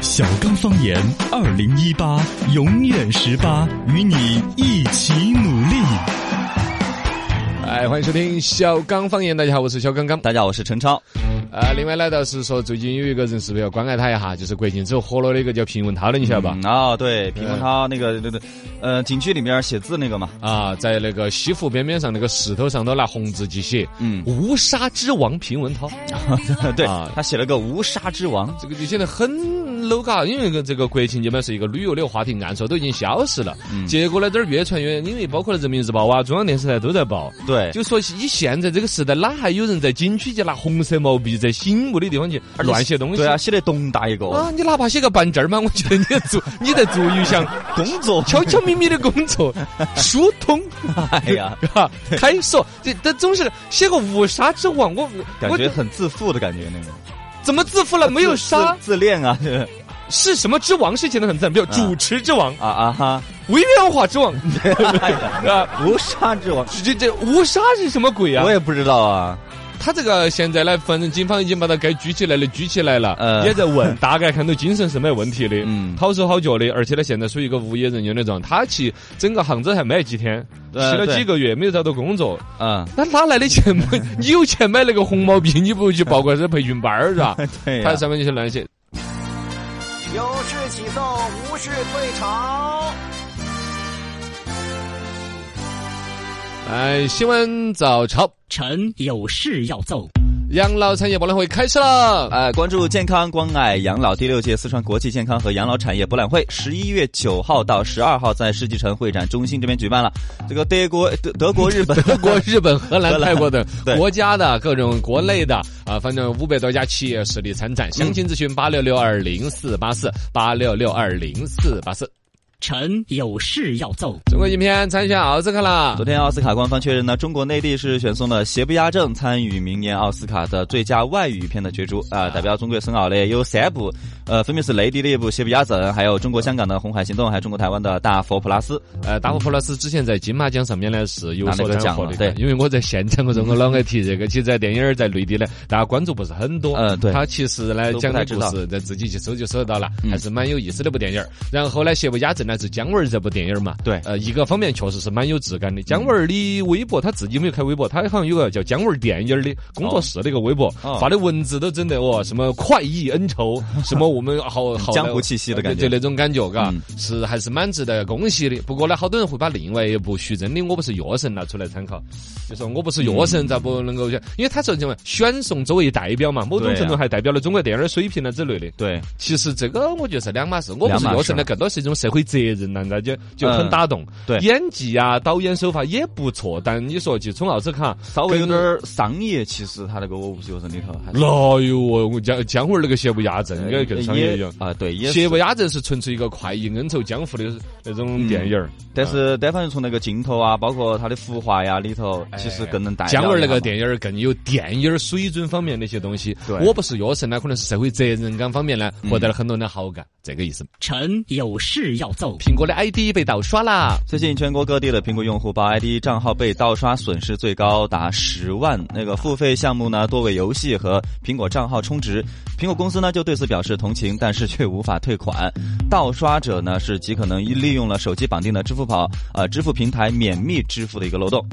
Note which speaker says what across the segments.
Speaker 1: 小刚方言二零一八永远十八，与你一起努力。
Speaker 2: 哎，欢迎收听小刚方言，大家好，我是小刚刚。
Speaker 3: 大家好，我是陈超。
Speaker 2: 呃，另外呢，倒是说最近有一个人是不是要关爱他一下？就是国庆之后火了的一个叫平文涛的，你晓得吧？
Speaker 3: 嗯啊、对，评论他那个那个呃景区里面写字那个嘛，
Speaker 2: 啊，在那个西湖边边上那个石头上头拿红字去写，嗯
Speaker 3: 嗯，
Speaker 2: 无沙之王平文涛，
Speaker 3: 对
Speaker 2: 啊
Speaker 3: 他写了个无沙之王。
Speaker 2: 这个就显得很 low 嘎，因为这个国庆节嘛是一个旅游的话题，按说都已经消失了，
Speaker 3: 嗯
Speaker 2: 结果呢，这儿越传越，因为包括了人民日报啊、中央电视台都在报。
Speaker 3: 对，
Speaker 2: 就说以现在这个时代，哪还有人在景区去拿红色毛笔在醒目的地方去乱写东西？
Speaker 3: 对啊，写的东大一个，
Speaker 2: 啊，你哪怕写个半截儿嘛，我觉得你在做你在做 一项
Speaker 3: 工作。
Speaker 2: 悄悄咪咪的工 作，疏通，
Speaker 3: 哎呀，
Speaker 2: 啊，开锁，这这总是写个无沙之王，我
Speaker 3: 感
Speaker 2: 我
Speaker 3: 觉很自负的感觉，那个
Speaker 2: 怎么自负了？没有
Speaker 3: 自
Speaker 2: 沙
Speaker 3: 自自恋啊， 就是
Speaker 2: 是什么之王是显得很自然，比如主持之王、
Speaker 3: 啊啊哈，
Speaker 2: 维园化 之王，啊，
Speaker 3: 无沙之 王，
Speaker 2: 这这无沙是什么鬼啊
Speaker 3: 我？也不知道啊。
Speaker 2: 他这个现在呢，反正警方已经把他该拘起来了，拘起来了，
Speaker 3: 呃
Speaker 2: 也在问，大概看到精神是没问题的，
Speaker 3: 嗯
Speaker 2: 好手好脚的，而且呢，现在属于一个无业人员的状态。他去整个杭州还没几天，去
Speaker 3: 呃
Speaker 2: 了
Speaker 3: 对
Speaker 2: 几个月，没有找到工作，
Speaker 3: 嗯，
Speaker 2: 那哪来 的钱嘛？你有钱买那个红毛笔，你不如去报个这培训班儿是 吧？
Speaker 3: 对呀
Speaker 2: 他上面就是那些，
Speaker 4: 有事起奏，无事退朝。
Speaker 2: 哎，新闻早朝，
Speaker 5: 臣有事要奏。
Speaker 2: 养老产业博览会开始
Speaker 4: 哎
Speaker 2: 了。
Speaker 3: 呃，关注健康关爱养老第六届四川国际健康和养老产业博览会，十一月九号到十二号在世纪城会展中心这边举办了。这个德国、德德国、日本、
Speaker 2: 德国、日本、荷兰、
Speaker 3: 荷兰
Speaker 2: 泰国等
Speaker 3: 对
Speaker 2: 国家的各种国内的啊，反正五百多家企业实力参展。详情咨询八六六二零四八四八六六二零四八四。
Speaker 5: 臣有事要奏。
Speaker 2: 中国影片参选奥斯卡了
Speaker 3: 昨。天奥斯卡官方确认呢，中国内地是选送了《邪不压正》参与明年奥斯卡的最佳外语片的角逐啊、代表中国申奥的有三部，呃，分别是内地的一部《邪不压正》，还有中国香港的《红海行动》，还有中国台湾的《大佛普拉斯》。
Speaker 2: 呃，大佛普拉斯之前在金马奖上面呢是有
Speaker 3: 拿那
Speaker 2: 所
Speaker 3: 个
Speaker 2: 斩
Speaker 3: 奖
Speaker 2: 获
Speaker 3: 了
Speaker 2: 的，
Speaker 3: 对
Speaker 2: 因为我在现场，我说我老爱提这个，其实在电影儿在内地呢，大家关注不是很多。
Speaker 3: 嗯对
Speaker 2: 他其实呢
Speaker 3: 都不
Speaker 2: 讲的
Speaker 3: 太知
Speaker 2: 故
Speaker 3: 道嗯
Speaker 2: 事，在自己去搜就搜得到了，还是蛮有意思的部电影儿。然后呢，《邪不压正》呢是姜文儿这部电影儿嘛，
Speaker 3: 对
Speaker 2: 呃，一个方面确实是蛮有质感的。姜文儿的微博他自己没有开微博，他好像有个叫姜文儿电影儿的工作室的一个微博，
Speaker 3: 哦
Speaker 2: 发的文字都整得哦，什么快意恩仇，什么我们好好
Speaker 3: 江湖气息的感觉
Speaker 2: 对对呃那种感觉，嘎
Speaker 3: 嗯，
Speaker 2: 是还是蛮值得恭喜的。不过呢，好多人会把另外一部徐峥的《我不是药神》拿出来参考，就说我不是药神，咋不能够选？因为他说认为选送作为代表嘛，某种
Speaker 3: 对啊
Speaker 2: 程度还代表了中国电影的水平啊了之类的。
Speaker 3: 对，
Speaker 2: 其实这个我觉得是两码事，我不
Speaker 3: 两
Speaker 2: 是
Speaker 3: 码事
Speaker 2: 药神呢，更多是一种社会责任呐，那就就很
Speaker 3: 嗯
Speaker 2: 打动。
Speaker 3: 对
Speaker 2: 演技啊，导演手法也不错，但你说去冲奥斯卡，
Speaker 3: 稍微有点儿商业，其实他那个《我不是药神》里头还是
Speaker 2: 哎呦，我姜姜文儿那个邪不压正，应该更商业一
Speaker 3: 也
Speaker 2: 样
Speaker 3: 啊、。对，也
Speaker 2: 邪
Speaker 3: 是
Speaker 2: 不压正是纯粹一个快意恩仇江湖的那
Speaker 3: 嗯
Speaker 2: 种电影儿。
Speaker 3: 但是单方面从那个镜头啊，包括他的服化呀里头，其实更能带
Speaker 2: 姜文儿那个
Speaker 3: 电
Speaker 2: 电影儿更有电影儿水准方面的一些东西。
Speaker 3: 啊对嗯
Speaker 2: 我不是药神呢，可能是社会责任感方面呢，获得了很多人的好感，这个意思。
Speaker 5: 臣有事要奏。
Speaker 2: 苹果的 ID 被盗刷啦，
Speaker 3: 最近全国各地的苹果用户报 ID 账号被盗刷，损失最高达十万。那个付费项目呢，多为游戏和苹果账号充值。苹果公司呢就对此表示同情，但是却无法退款。盗刷者呢是极可能利用了手机绑定的支付宝呃支付平台免密支付的一个漏洞。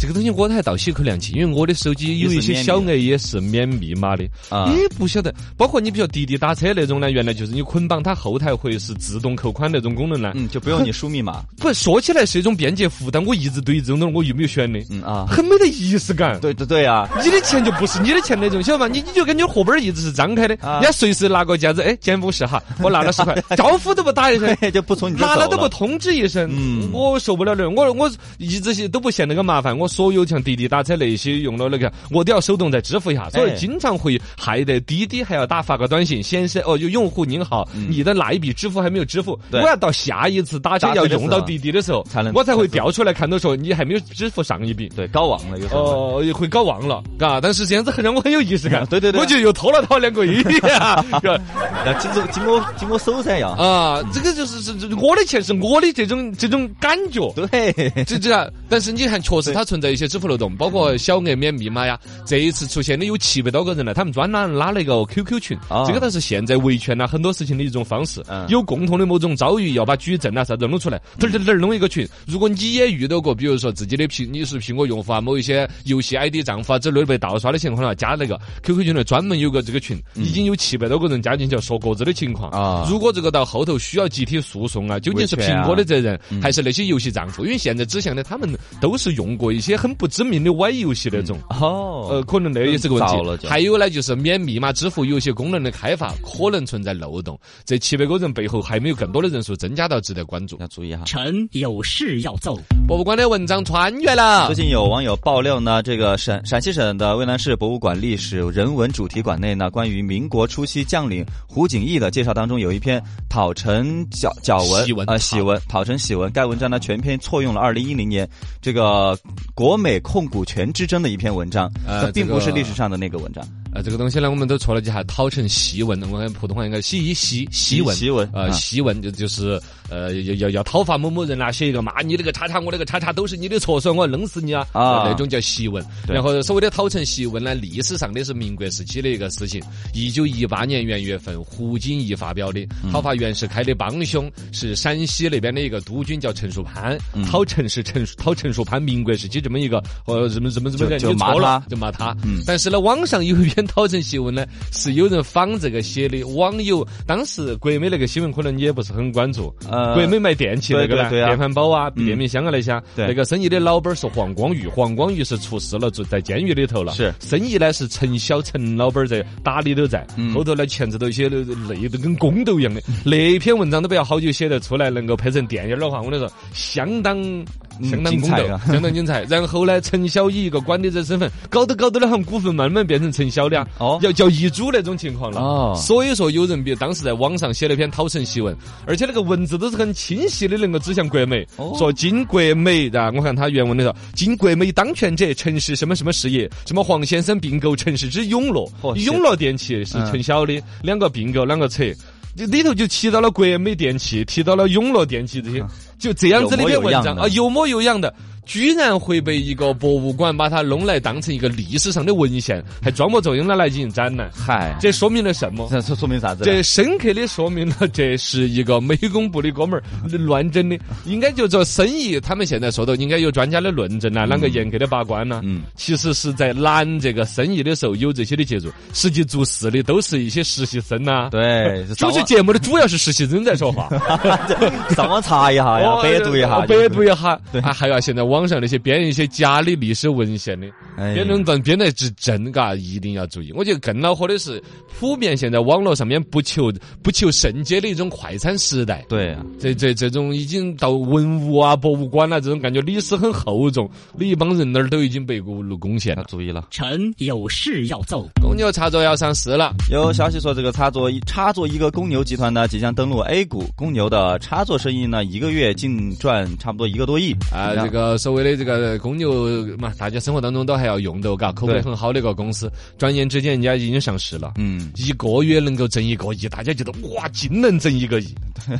Speaker 2: 这个东西我还倒吸一口凉气，因为我的手机有一些小额也是免密码的，
Speaker 3: 啊
Speaker 2: 也不晓得。包括你比如滴滴打车那种呢，原来就是你捆绑它后台会是自动扣款那种功能呢。
Speaker 3: 嗯，就不用你输密码。
Speaker 2: 不，说起来是一种便捷服务，但我一直对于这种东西我又没有选的，
Speaker 3: 嗯啊，
Speaker 2: 很没得仪式感。
Speaker 3: 对对对 啊，
Speaker 2: 你的钱就不是你的钱那种，晓得吧？你你就感觉荷包一直是张开的，
Speaker 3: 啊
Speaker 2: 人家随时拿个夹子，哎，捡五 十哈，我拿了十块，招呼都不打一声。
Speaker 3: 就不 从你这
Speaker 2: 拿
Speaker 3: 走
Speaker 2: 了都不通知一声，
Speaker 3: 嗯
Speaker 2: 我受不了这，我我一直是都不嫌那个麻烦，我所有像滴滴打车那些用了那个，我都要手动再支付一下，所以
Speaker 3: 哎
Speaker 2: 经常会害得滴滴还要打发个短信，先生哦，就用户您好，你的哪一笔支付还没有支付，我
Speaker 3: 嗯对
Speaker 2: 要到下一次打车要用到滴滴的时候
Speaker 3: 才能，
Speaker 2: 我才会调出来看到说你还没有支付上一笔。
Speaker 3: 对，高忘了有时候。。
Speaker 2: 哦，也会搞忘了，嘎，但是这样子很让我很有仪式感
Speaker 3: 对对对
Speaker 2: 我就又偷了他两个亿 啊！是
Speaker 3: 要紧着紧我紧我手噻要。
Speaker 2: 啊，这个就是是是我的钱是我的这种这种感觉。
Speaker 3: 对，
Speaker 2: 这这样，但是你看，确实它存在一些支付漏洞，包括小额免密码呀。这一次出现的有七百多个人了，他们专拉拉了一个 QQ 群，
Speaker 3: 啊
Speaker 2: 这个倒是现在维权呐、啊很多事情的一种方式。
Speaker 3: 嗯
Speaker 2: 有共同的某种遭遇，要把举证啊啥子弄出来，嘚儿嘚儿嘚儿弄一个群。如果你也遇到过，比如说自己的苹你是苹果用户啊，某一些游戏 ID 账户啊之类被盗刷的情况下，加那个 QQ 群呢，专门有个这个群，已经有七百多个人加进去了说各自的情况
Speaker 3: 嗯啊
Speaker 2: 如果这个到后头需要集体诉讼啊，究竟是
Speaker 3: 维权啊
Speaker 2: 苹果的。责任，还
Speaker 3: 嗯
Speaker 2: 是那些游戏账户，因为现在指向的他们都是用过一些很不知名的歪游戏那种。
Speaker 3: 哦，
Speaker 2: 呃，可能那也是个问
Speaker 3: 更早了
Speaker 2: 题。
Speaker 3: 就
Speaker 2: 还有呢，就是免密码支付有些功能的开发可能存在漏洞，这七百个人背后还没有更多的人数增加到，值得关注。
Speaker 3: 要注意哈。
Speaker 5: 臣有事要奏。
Speaker 2: 博物馆的文章穿越了
Speaker 3: 最，近有网友爆料呢，这个陕陕西省的渭南市博物馆历史人文主题馆内呢，关于民国初期将领胡景翼的介绍当中，有一篇讨陈角角文
Speaker 2: 檄文
Speaker 3: 呃檄文讨陈檄文，该文章呢全篇错用了二零一零年这个国美控股权之争的一篇文章，
Speaker 2: 呃
Speaker 3: 这并
Speaker 2: 这
Speaker 3: 不
Speaker 2: 个
Speaker 3: 是历史上的那个文章。
Speaker 2: 呃，这个东西呢，我们都错了几下，讨成檄文，我们普通话应该檄一檄檄文，
Speaker 3: 檄文
Speaker 2: 呃，
Speaker 3: 啊
Speaker 2: 檄文就就是呃，要要要讨伐某某人啦，写一个嘛，你那个叉叉，我那个叉叉，都是你的错，所以我要弄死你啊，
Speaker 3: 啊
Speaker 2: 那种叫檄文。
Speaker 3: 对
Speaker 2: 然后所谓的讨成檄文呢，历史上的是民国时期的一个事情，一九一八年元月份，胡锦义发表的，
Speaker 3: 嗯
Speaker 2: 讨伐袁世凯的帮凶是陕西那边的一个督军叫陈树潘，
Speaker 3: 嗯
Speaker 2: 讨陈是陈讨陈树潘，民国时期这么一个呃什么什么什么人，
Speaker 3: 就就
Speaker 2: 你
Speaker 3: 骂
Speaker 2: 错了
Speaker 3: 他。
Speaker 2: 就骂他。但是呢，网上有一篇讨论新闻呢，是有人仿这个写的。网友当时国美那个新闻可能你也不是很关注，
Speaker 3: 呃
Speaker 2: 国美卖电器那个
Speaker 3: 对对
Speaker 2: 呢
Speaker 3: 对啊
Speaker 2: 电饭煲啊、电冰箱啊那些啊，
Speaker 3: 对
Speaker 2: 那个生意的老板是黄光裕，黄光裕是出事了，就在监狱里头了。
Speaker 3: 是
Speaker 2: 生意呢是陈晓陈老板在打理都在，
Speaker 3: 嗯
Speaker 2: 后头呢钳子都些累得跟公斗一 样的。那篇文章都不要好久写得出来，能够拍成电影的话，我跟你说，相当相当
Speaker 3: 精
Speaker 2: 公
Speaker 3: 彩
Speaker 2: 斗
Speaker 3: 啊，
Speaker 2: 相当精彩。然后呢，陈晓以一个管理者身份，搞着搞着呢，好像股份慢慢变成陈晓的啊，
Speaker 3: 哦
Speaker 2: 要叫易主那种情况了。
Speaker 3: 哦
Speaker 2: 所以说，有人比当时在网上写了篇讨陈檄文，而且那个文字都是很清晰的，能够指向国美，
Speaker 3: 哦
Speaker 2: 说经国美，然后我看他原文里头，经国美当权者，陈氏什么什么事业，什么黄先生并购陈氏之永乐
Speaker 3: 哦，是嗯
Speaker 2: 永乐电器是陈晓的，两个并购，两个扯。这里头就提到了国美电器，提到了永乐电器这些，就这样子的一篇文
Speaker 3: 啊有模有
Speaker 2: 章
Speaker 3: 样的
Speaker 2: 啊，有模有样的，居然会被一个博物馆把它弄来当成一个历史上的文献，还装模作样的来进行展览，
Speaker 3: 嗨，
Speaker 2: 这说明了什么？
Speaker 3: 这这说明啥子呢？
Speaker 2: 这深刻的说明了这是一个美工部的哥们儿乱整 的，应该就做生意。他们现在说的应该有专家的论证呐、啷个严格的把关呐、
Speaker 3: 嗯
Speaker 2: 其实是在揽这个生意的时候有这些的介入，实际做事的都是一些实习生啊呐、
Speaker 3: 对，
Speaker 2: 主
Speaker 3: 上
Speaker 2: 持
Speaker 3: 网
Speaker 2: 节目的主要是实习生在说 话，
Speaker 3: 上网查一下呀，
Speaker 2: 哦
Speaker 3: 百度一下
Speaker 2: 哦
Speaker 3: 就可以，
Speaker 2: 百度一下。啊，还有啊现在网上那些编一些假的历史文献的，
Speaker 3: 哎
Speaker 2: 编论断编来是真，嘎，一定要注意。我觉得更恼火的是，普遍现在网络上面不求不求甚解的一种快餐时代。
Speaker 3: 对啊，
Speaker 2: 这这这种已经到文物啊、博物馆啊、这种感觉，历史很厚重，你一帮人那儿都已经被轱辘攻陷
Speaker 3: 要
Speaker 2: 了。
Speaker 3: 注意了。
Speaker 5: 臣有事要奏。
Speaker 2: 公牛插座要上市了，
Speaker 3: 有消息说，这个插座一插座一个公牛集团呢，即将登陆 A 股。公牛的插座生意呢，一个月净赚差不多一个多亿
Speaker 2: 啊，
Speaker 3: 然
Speaker 2: 这
Speaker 3: 后
Speaker 2: 个所谓的这个公牛嘛，大家生活当中都还要用到，嘎，口碑
Speaker 3: 对
Speaker 2: 很好的一个公司，转眼之间人家已经上市了。
Speaker 3: 嗯，
Speaker 2: 一个月能够挣一个亿，大家觉得哇，竟能挣一 个亿，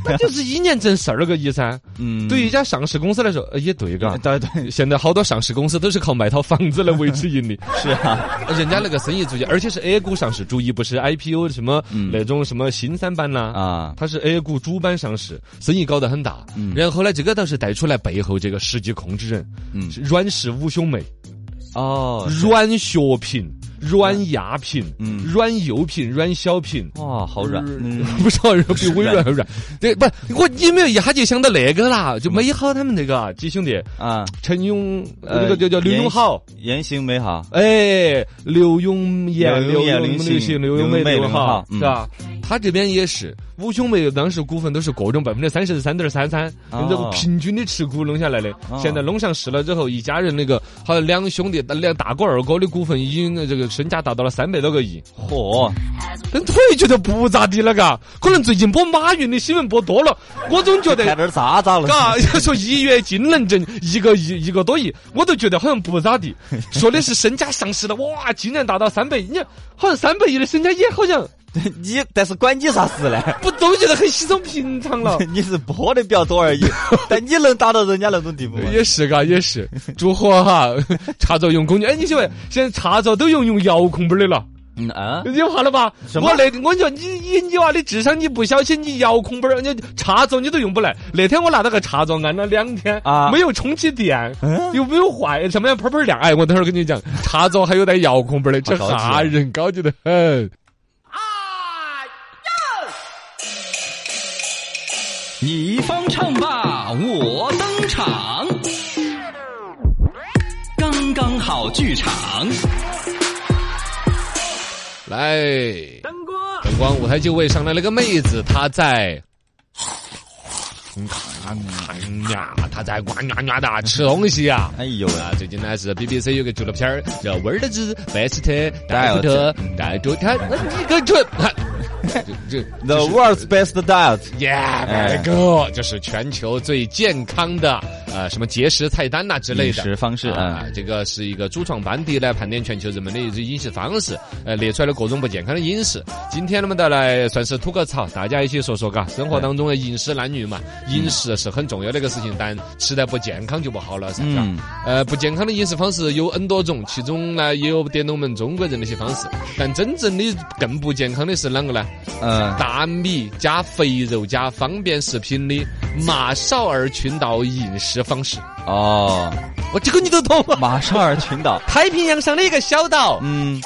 Speaker 2: 那就是一年挣十二个亿噻。
Speaker 3: 嗯
Speaker 2: 对于一家上市公司来说，呃也对，嘎。
Speaker 3: 对对
Speaker 2: 现在好多上市公司都是靠卖套房子来维持盈利，
Speaker 3: 是啊，
Speaker 2: 人家那个生意主义，而且是 A 股上市，注意不是 IPO 什么那种什么新三板啦
Speaker 3: 嗯啊
Speaker 2: 它是 A 股主板上市，生意搞得很大。然后呢，这个倒是带出来背后这个实际控制人，
Speaker 3: 嗯
Speaker 2: 是阮氏五兄妹，
Speaker 3: 哦，
Speaker 2: 阮学平、阮亚平、
Speaker 3: 嗯
Speaker 2: 阮幼平、阮小平。
Speaker 3: 哇，好软，嗯
Speaker 2: 不知道人比微软还软，对不？我你没有一下就想到那个啦，就美好他们那个几兄弟，
Speaker 3: 啊，
Speaker 2: 陈勇
Speaker 3: 呃
Speaker 2: 那个叫叫刘
Speaker 3: 言
Speaker 2: 永好，
Speaker 3: 言行美好，
Speaker 2: 哎，刘永言、
Speaker 3: 刘
Speaker 2: 刘
Speaker 3: 永言
Speaker 2: 永
Speaker 3: 刘
Speaker 2: 刘
Speaker 3: 行
Speaker 2: 行、刘永
Speaker 3: 刘
Speaker 2: 梅、
Speaker 3: 美
Speaker 2: 刘
Speaker 3: 刘
Speaker 2: 永浩
Speaker 3: 浩，嗯
Speaker 2: 是吧？他这边也是五兄妹当时股份都是各种百分之三十三点三三，
Speaker 3: 哦
Speaker 2: 那个平均的持股弄下来的。
Speaker 3: 哦
Speaker 2: 现在弄上市了之后，一家人那个好像两兄弟两大哥二哥的股份已经呃这个身价达到了三百多个亿。
Speaker 3: 嚯，
Speaker 2: 但突然觉得不咋地了，嘎，可能最近播马云的新闻播多了，我总觉得
Speaker 3: 看。点儿咋咋了？
Speaker 2: 嘎， 要说一跃金能挣一个亿、一个多亿，我都觉得好像不咋地。说的是身家上市了，哇，竟然达到三百亿，你好像三百亿的身家也好像
Speaker 3: 你但是管你啥事呢？
Speaker 2: 不都觉得很稀松平常 了。
Speaker 3: 你是播的比较多而 已，但你能达到人家那种地步吗？
Speaker 2: 也是嘎，也是，祝贺哈！ 插座用工具，哎，你晓得现在插座都用用遥控板儿的了，
Speaker 3: 嗯啊，
Speaker 2: 你怕了吧？
Speaker 3: 什么
Speaker 2: 我那我跟你说，你你你娃的智商，你不小心你遥控板儿，你插座你都用不来。那天我拿到个插座按了两天，
Speaker 3: 啊
Speaker 2: 没有充起电，又没有坏，什么样喷喷亮。哎，我等会儿跟你讲，插座还有带遥控板儿的，这
Speaker 3: 好高级啊
Speaker 2: 哈人高级的很。
Speaker 6: 你方唱罢我登场，刚刚好剧场。
Speaker 2: 来，灯光，灯光，舞台就位上来了个妹子，她在。呀，她在哇呀呀的吃东西呀、啊。
Speaker 3: 哎呦喂，
Speaker 2: 最近呢是 BBC 有个纪录片儿叫《World s Best Diet》，大猪他你个蠢，这这
Speaker 3: The world's best diet，
Speaker 2: Yeah，
Speaker 3: 哎
Speaker 2: 那个就是全球最健康的呃什么节食菜单呐、之类
Speaker 3: 饮
Speaker 2: 的
Speaker 3: 食方式
Speaker 2: 啊
Speaker 3: 啊，，
Speaker 2: 这个是一个主创班底来盘点全球人们的一种饮食方式，呃，列出来了各种不健康的饮食。今天那么的来算是吐个槽，大家一起说说嘎，生活当中的饮食男女嘛，
Speaker 3: 嗯
Speaker 2: 饮食是很重要的一个事情，但吃得不健康就不好了，是不是啊？
Speaker 3: 嗯
Speaker 2: 呃，不健康的饮食方式有 N 多种，其中呢也有点懂我们中国人的一些方式，但真正的更不健康的是啊啷个呢？
Speaker 3: 嗯，
Speaker 2: 大米加肥肉加方便食品的马绍尔群岛饮食方式。
Speaker 3: 哦，
Speaker 2: 我这个你都懂？
Speaker 3: 马绍尔群岛，
Speaker 2: 太平洋上的一个小岛，
Speaker 3: 嗯，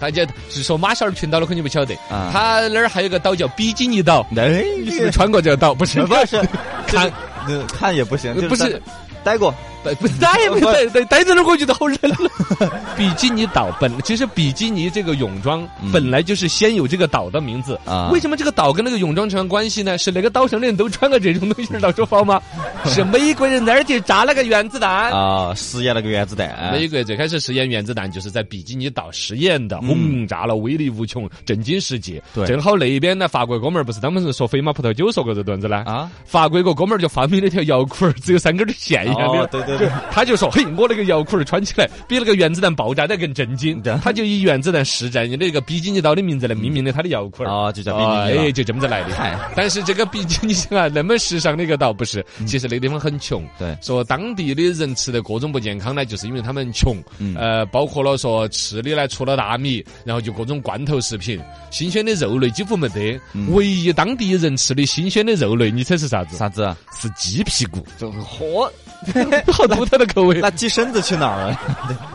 Speaker 2: 大家是说马绍尔群岛了，肯定不晓得。
Speaker 3: 啊
Speaker 2: 它那儿还有个岛叫比基尼 岛，
Speaker 3: 哎，
Speaker 2: 你是不是穿过这个岛？不 是，
Speaker 3: 呃不是
Speaker 2: 看
Speaker 3: 呃看也不行，就是
Speaker 2: 不是
Speaker 3: 在待过，
Speaker 2: 不不待没待待待在那儿，我觉得好冷了。比基尼岛本其实比基尼这个泳装
Speaker 3: 嗯
Speaker 2: 本来就是先有这个岛的名字
Speaker 3: 啊
Speaker 2: 为什么这个岛跟那个泳装扯上关系呢？是哪个岛上的人都穿个这种东西到处跑 吗？是美国人在那儿去炸了个原子弹。
Speaker 3: 啊，实验了个原子啊弹，
Speaker 2: 美国最开始实验原子弹就是在比基尼岛实验的，轰炸了，威力无穷，震惊世界。
Speaker 3: 嗯对
Speaker 2: 正好那边呢，法国哥们儿不是当时说飞马葡萄酒说过这段子呢？
Speaker 3: 啊，
Speaker 2: 法国一个哥们儿就发明了一条摇裤儿，只有三根儿线一样的。
Speaker 3: 哦对对对
Speaker 2: 就他就说：“嘿，我那个摇裤儿穿起来比那个原子弹爆炸的更震惊。
Speaker 3: 对”
Speaker 2: 他就以原子弹实战那个比基尼岛的名字来命名了他的摇裤儿。
Speaker 3: 啊就叫比基尼了
Speaker 2: 哎，就这么子来的
Speaker 3: 嗨。
Speaker 2: 但是这个比基尼啊，那么时尚的一个岛不是？
Speaker 3: 嗯
Speaker 2: 其实那个地方很穷。
Speaker 3: 对
Speaker 2: 说当地的人吃的各种不健康呢，就是因为他们穷。
Speaker 3: 嗯
Speaker 2: 呃，包括了说吃的呢，除了大米，然后就各种罐头食品，新鲜的肉类几乎没得。唯一当地人吃的新鲜的肉类，你猜是啥子？
Speaker 3: 嗯啥子？啊
Speaker 2: 是鸡屁股，
Speaker 3: 嚯，
Speaker 2: 好独特的口味。
Speaker 3: 那鸡身子去哪儿了？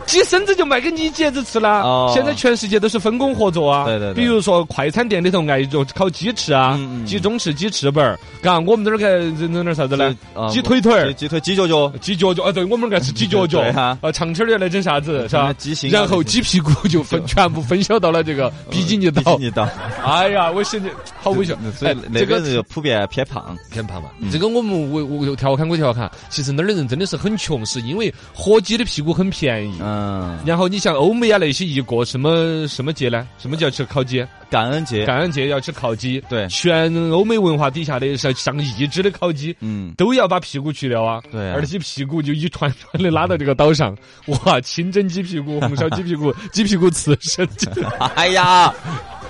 Speaker 2: 鸡身子就卖给你姐子吃啦。
Speaker 3: 哦
Speaker 2: 现在全世界都是分工合作啊。
Speaker 3: 对对对
Speaker 2: 比如说快餐店里头爱做烤鸡翅啊
Speaker 3: 嗯嗯，
Speaker 2: 鸡中翅、鸡翅膀儿，嘎，我们这儿该弄点啥子呢
Speaker 3: 就啊？
Speaker 2: 鸡腿腿儿
Speaker 3: 鸡。鸡腿、鸡脚脚，
Speaker 2: 鸡脚脚啊，对，我们爱吃鸡脚脚
Speaker 3: 对啊
Speaker 2: 啊，长腿儿的来整啥子是吧
Speaker 3: 嗯鸡心？啊
Speaker 2: 然后鸡屁股就分全部分销到了这
Speaker 3: 嗯
Speaker 2: 个比基尼
Speaker 3: 比基
Speaker 2: 岛。
Speaker 3: 尼岛，
Speaker 2: 哎呀，我现在好危险。
Speaker 3: 嗯所以
Speaker 2: 哎
Speaker 3: 那
Speaker 2: 这
Speaker 3: 边
Speaker 2: 个
Speaker 3: 人就普遍偏胖，
Speaker 2: 偏胖嘛。这个我们我我我调侃过调侃，其实那儿的人真的是很穷，是因为火鸡的屁股很便宜。
Speaker 3: 嗯，
Speaker 2: 然后你像欧美啊那些一过什么什么节呢？什么叫吃烤鸡？
Speaker 3: 感恩节，
Speaker 2: 感恩节要吃烤鸡。
Speaker 3: 对
Speaker 2: 全欧美文化底下的上上亿只的烤鸡。
Speaker 3: 嗯，
Speaker 2: 都要把屁股去掉啊！
Speaker 3: 对啊
Speaker 2: 而且屁股就一串串的拉到这个岛上，哇，清蒸鸡屁股、红烧鸡 屁股、鸡屁股刺身，
Speaker 3: 哎呀，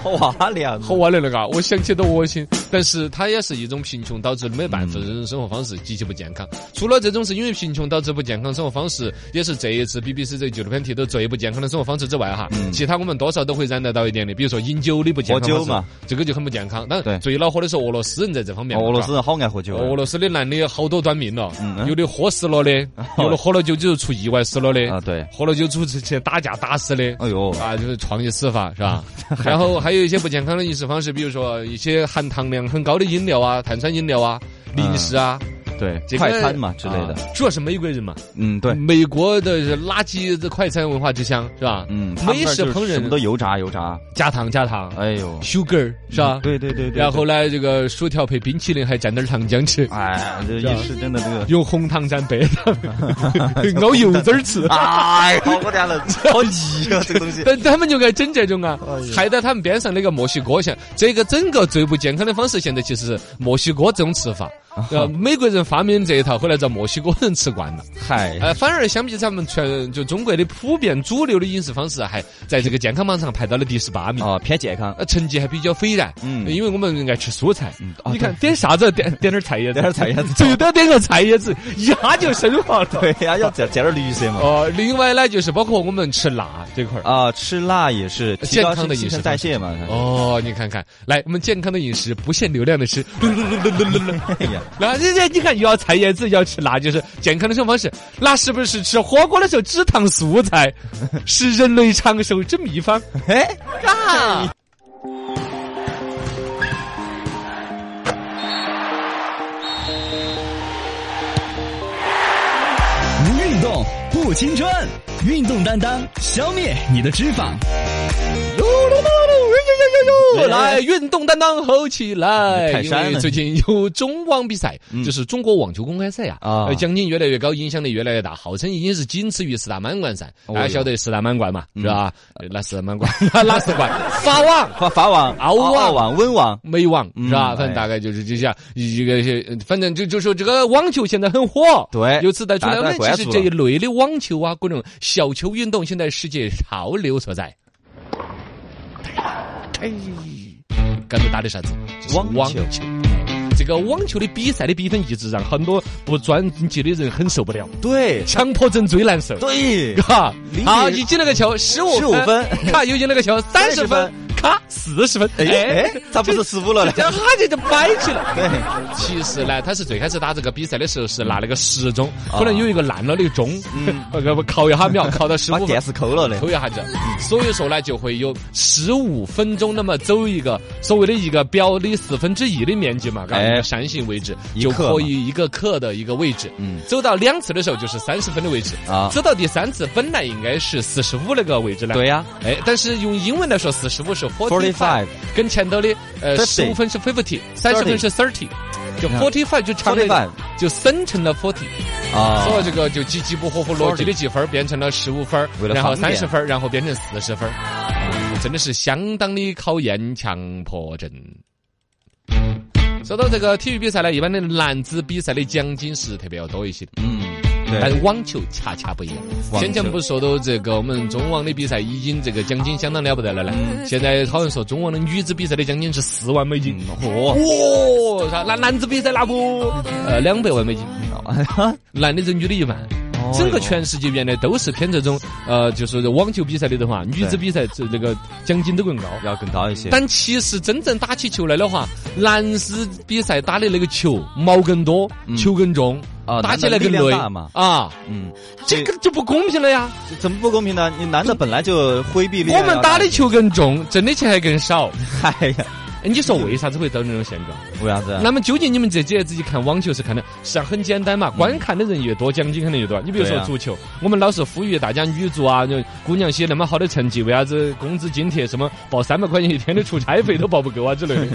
Speaker 3: 好哇凉，
Speaker 2: 好啊玩的那个，我想起都恶心。但是它也是一种贫穷导致的没办法的人生活方式，极其不健康。除了这种是因为贫穷导致不健康生活方式，也是这一次 BBC 这个纪录片提到最不健康的生活方式之外哈，其他我们多少都会染得到一点的，比如说饮酒的不健康
Speaker 3: 喝
Speaker 2: 方
Speaker 3: 酒
Speaker 2: 式
Speaker 3: 嘛，
Speaker 2: 这个就很不健康。当
Speaker 3: 对
Speaker 2: 然，最恼火的是哦俄罗斯人在这方 面，
Speaker 3: 俄罗斯。人好爱喝酒啊，
Speaker 2: 俄罗斯的男的好多短命了，
Speaker 3: 嗯哦
Speaker 2: 有的喝死了的，有的喝了酒之后出意外死了的，
Speaker 3: 啊对
Speaker 2: 喝了酒之后去去打架打死的，
Speaker 3: 哎呦，
Speaker 2: 啊，就是创业死法是吧？ 然后还有一些不健康的饮食方式，比如说一些含糖量很高的饮料啊、碳酸饮料啊、零食啊。
Speaker 3: 对
Speaker 2: 这，
Speaker 3: 嗯
Speaker 2: 个
Speaker 3: 快餐嘛之类的，
Speaker 2: 啊主要是美国人嘛，
Speaker 3: 嗯，对，
Speaker 2: 美国的是垃圾的快餐文化之乡是吧？
Speaker 3: 嗯，他们
Speaker 2: 美
Speaker 3: 那儿
Speaker 2: 式
Speaker 3: 就是
Speaker 2: 烹
Speaker 3: 什么都
Speaker 2: 饪
Speaker 3: 油炸油炸，
Speaker 2: 加糖加糖
Speaker 3: 哎呦，嗯
Speaker 2: ，sugar 是吧？
Speaker 3: 对对对对，
Speaker 2: 然后呢，这个薯条配冰淇淋还蘸点糖浆吃
Speaker 3: 对，哎，这
Speaker 2: 是吧啊
Speaker 3: 一是真的这 个。
Speaker 2: 用红糖蘸 白糖，熬油汁儿吃。
Speaker 3: 哎，好我天了，好腻啊！这个东西，
Speaker 2: 但他们就爱整这种
Speaker 3: 哎
Speaker 2: 啊，害得他们边上那个墨西哥像这个整个最不健康的方式，现在其实是墨西哥这种吃法。
Speaker 3: 啊
Speaker 2: 呃，美国人发明这一套，后来遭墨西哥人吃惯了。
Speaker 3: 嗨，
Speaker 2: 呃，反而相比咱们全就中国的普遍主流的饮食方式，还在这个健康榜上排到了第十八名。
Speaker 3: 哦，偏健康，
Speaker 2: 呃，成绩还比较斐然，
Speaker 3: 嗯
Speaker 2: 因为我们爱吃蔬菜。
Speaker 3: 嗯啊
Speaker 2: 你看点啥子，点点点儿菜叶子，
Speaker 3: 点点菜叶 子
Speaker 2: 最多点个菜叶子，一下就升华了。
Speaker 3: 对呀，要加加点绿色嘛。
Speaker 2: 哦，另外呢，就是包括我们吃辣这块儿。
Speaker 3: 啊，吃辣也是提高
Speaker 2: 健康的饮
Speaker 3: 新
Speaker 2: 食
Speaker 3: 陈代谢嘛。它
Speaker 2: 哦，你看看，来，我们健康的饮食，不限流量的吃。
Speaker 3: 哎呀，
Speaker 2: 那这这，你看又要菜叶子，又要吃辣，就是健康的生活方式。那是不是吃火锅的时候只烫素菜，是人类长寿之秘方？
Speaker 3: 哎，
Speaker 1: 无运动不青春，运动担当消灭你的脂肪。
Speaker 3: 哎
Speaker 2: 来，运动担当吼起来！
Speaker 3: 太
Speaker 2: 因
Speaker 3: 山了嗯
Speaker 2: 为最近有中网比赛，就是中国网球公开赛啊，
Speaker 3: 啊
Speaker 2: 呃奖金越来越高，影响力越来越大，号称已经是仅次于四大满贯赛。大家
Speaker 3: 哟
Speaker 2: 晓得四大满贯
Speaker 3: 嗯
Speaker 2: 嘛，是吧？呃那四大 满贯，那四冠，法网。
Speaker 3: 法法网、
Speaker 2: 敖网
Speaker 3: 澳网、温网，
Speaker 2: 美网是吧？
Speaker 3: 嗯
Speaker 2: 反正大概就是就像一个，呃反正就就说这个网球现在很火，
Speaker 3: 对
Speaker 2: 由此带出来，
Speaker 3: 大
Speaker 2: 我
Speaker 3: 家
Speaker 2: 们
Speaker 3: 关
Speaker 2: 其实
Speaker 3: 注
Speaker 2: 这一
Speaker 3: 了
Speaker 2: 类的网球啊，各种小球运动，现在世界潮流所在。刚才打的啥子？就是
Speaker 3: 网
Speaker 2: 网
Speaker 3: 球
Speaker 2: 球。这个网球的比赛的比分一直让很多不专业的人很受不了，
Speaker 3: 对
Speaker 2: 强迫症最难受。
Speaker 3: 对，
Speaker 2: 哈
Speaker 3: 理，解
Speaker 2: 好，一进那个球十五
Speaker 3: 15分
Speaker 2: 咔又进那个球三十
Speaker 3: 30
Speaker 2: 分
Speaker 3: 分，
Speaker 2: 咔四十分，
Speaker 3: 哎哎，咋不是十五了呢？
Speaker 2: 然后他就就摆起了。
Speaker 3: 对，
Speaker 2: 其实呢，他是最开始打这个比赛的时候是拿了个时钟，
Speaker 3: 哦
Speaker 2: 可能有一个烂了的钟， 呃，不敲一下秒，敲到十
Speaker 3: 嗯把
Speaker 2: 五分
Speaker 3: 电。视抠了嘞
Speaker 2: 抽。一下子，所以说呢，就会有十五分钟那么走一个所谓的一个表的四分之一的面积嘛，嘎，
Speaker 3: 哎
Speaker 2: 一个扇形位置
Speaker 3: 一
Speaker 2: 就
Speaker 3: 克嘛
Speaker 2: 可以一个克的一个位置，
Speaker 3: 嗯
Speaker 2: 走到两次的时候就是三十分的位置
Speaker 3: 啊
Speaker 2: 走到第三次本来应该是四十五那个位置呢，
Speaker 3: 对呀，
Speaker 2: 哎，但是用英文来说，四十五是 forty
Speaker 3: Forty-five
Speaker 2: five，跟前头的呃十
Speaker 3: 50
Speaker 2: 五分是 fifty，三十分是 thirty，就
Speaker 3: 看
Speaker 2: forty five 哦就长了
Speaker 3: Forty-five，
Speaker 2: 就生成了 forty，
Speaker 3: 啊
Speaker 2: 所以这个就几几不合乎逻辑的积分儿变成了十五分儿，
Speaker 3: 为了
Speaker 2: 然后
Speaker 3: 方
Speaker 2: 三
Speaker 3: 便
Speaker 2: 十分儿，然后变成四十分儿，真的是相当的考验强迫症。说到这个体育比赛呢，一般的男子比赛的奖金是特别要多一些的。
Speaker 3: 嗯，
Speaker 2: 但
Speaker 3: 对，
Speaker 2: 是网球恰恰不一样。
Speaker 3: 网球
Speaker 2: 先前不是说到这个我们中网的比赛已经这个奖金相当了不得了呢？
Speaker 3: 嗯
Speaker 2: 现在好像说中网的女子比赛的奖金是四万美金，
Speaker 3: 嚯，
Speaker 2: 哦，啥那男子比赛那不
Speaker 3: 嗯
Speaker 2: 呃两百万美金， 男的挣女的一万。
Speaker 3: 哦
Speaker 2: 整个全世界原来都是偏这种，呃，就是网球比赛里的话，女子
Speaker 3: 对
Speaker 2: 比赛这这个奖金都更高。
Speaker 3: 要更高一些。
Speaker 2: 但其实真正打起球来的话，男士比赛打的那个球毛更多，球更重，
Speaker 3: 啊
Speaker 2: 打起来更
Speaker 3: 嗯男的力
Speaker 2: 累
Speaker 3: 量大嘛
Speaker 2: 啊，
Speaker 3: 嗯，
Speaker 2: 这个就不公平了呀！
Speaker 3: 这怎么不公平呢？你男的本来就挥臂力
Speaker 2: 我
Speaker 3: 量
Speaker 2: 们
Speaker 3: 要
Speaker 2: 打
Speaker 3: 大
Speaker 2: 的
Speaker 3: 一些，
Speaker 2: 球更重，挣的钱还更少，
Speaker 3: 哎呀，
Speaker 2: 哎你说为啥子会到那种现状？
Speaker 3: 为啥子啊？
Speaker 2: 那么究竟你们这几爷自己看网球是看的，实际上很简单嘛，观看的人越多，奖金肯定越多。你比如说
Speaker 3: 嗯对啊
Speaker 2: 足球，我们老是呼吁大家女足啊，就姑娘些那么好的成绩，为啥子工资津贴什么报三百块钱一天的出差费都报不够啊之类 的？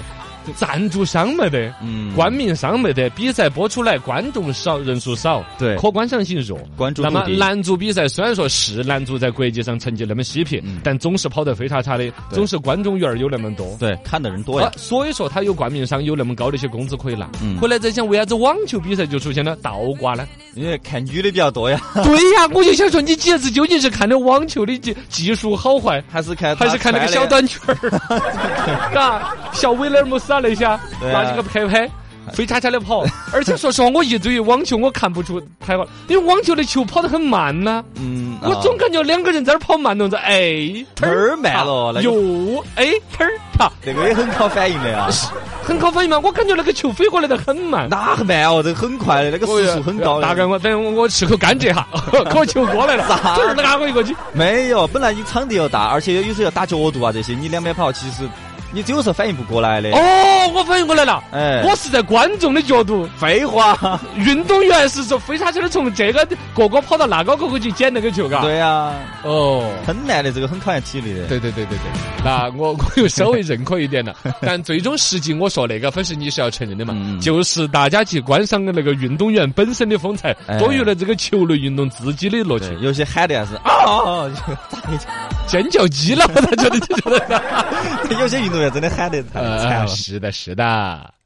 Speaker 2: 赞助商没得，
Speaker 3: 嗯
Speaker 2: 冠名商没得，比赛播出来观众少，人数少，
Speaker 3: 对
Speaker 2: 可观赏性弱。
Speaker 3: 关注
Speaker 2: 那
Speaker 3: 度
Speaker 2: 么
Speaker 3: 低
Speaker 2: 男足比赛虽然说是男足在国际上成绩那么稀撇，
Speaker 3: 嗯
Speaker 2: 但总是跑得飞叉叉的，总是观众缘儿有那么多。
Speaker 3: 对，看的人多呀
Speaker 2: 啊。所以说他有冠名商，有那么高的一些工资可以拿。
Speaker 3: 嗯
Speaker 2: 后来在想，为啥子网球比赛就出现了倒挂 呢？
Speaker 3: 因为看女的比较多呀，
Speaker 2: 对呀，我就想说，你这次究竟是看的网球的技技术 好坏，
Speaker 3: 还是看
Speaker 2: 还是看那个小短裙 儿？嘎，小威廉姆斯啊那些，
Speaker 3: 对啊
Speaker 2: 拿几个拍拍。飞叉叉的跑，而且说实话，我一对于网球我看不出太好，因为网球的球跑得很慢呐、
Speaker 3: 嗯，
Speaker 2: 我总感觉两个人在那儿跑慢动作，哎，
Speaker 3: 忒慢了，那个
Speaker 2: 又哎，忒儿啪，
Speaker 3: 那个也很靠反应的呀。
Speaker 2: 很好反应嘛，我感觉那个球飞过来的很慢，
Speaker 3: 哪个慢哦？这个很快的，那个时速很高的。
Speaker 2: 大概我等我我吃口 甘蔗哈，可球过来了，
Speaker 3: 咋
Speaker 2: 这儿拉我一个去。
Speaker 3: 没有，本来你场地又大，而且有时候要打角度啊这些，你两边跑，其实你只有是反应不过来的。
Speaker 2: 哦，我反应过来了，
Speaker 3: 哎
Speaker 2: 我是在观众的角度，
Speaker 3: 废话，
Speaker 2: 运动员是从飞叉车的从这个角角跑到那个角角去捡那个球，嘎。
Speaker 3: 对呀、
Speaker 2: 哦。
Speaker 3: 很难的，这个很考验体力的。
Speaker 2: 对对对对对，那我我又稍微认可一点了，但最终实际我说那个分是你是要承认的嘛，
Speaker 3: 嗯
Speaker 2: 就是大家去观赏那个运动员本身的风采，
Speaker 3: 哎
Speaker 2: 多于了这个球类运动自己的乐趣
Speaker 3: 对，。有些喊的还是啊，
Speaker 2: 尖叫 鸡了，他觉得就觉得，
Speaker 3: 哎 有些运动员真的喊的太惨
Speaker 2: 呃，
Speaker 3: 了。
Speaker 2: 是的，是的。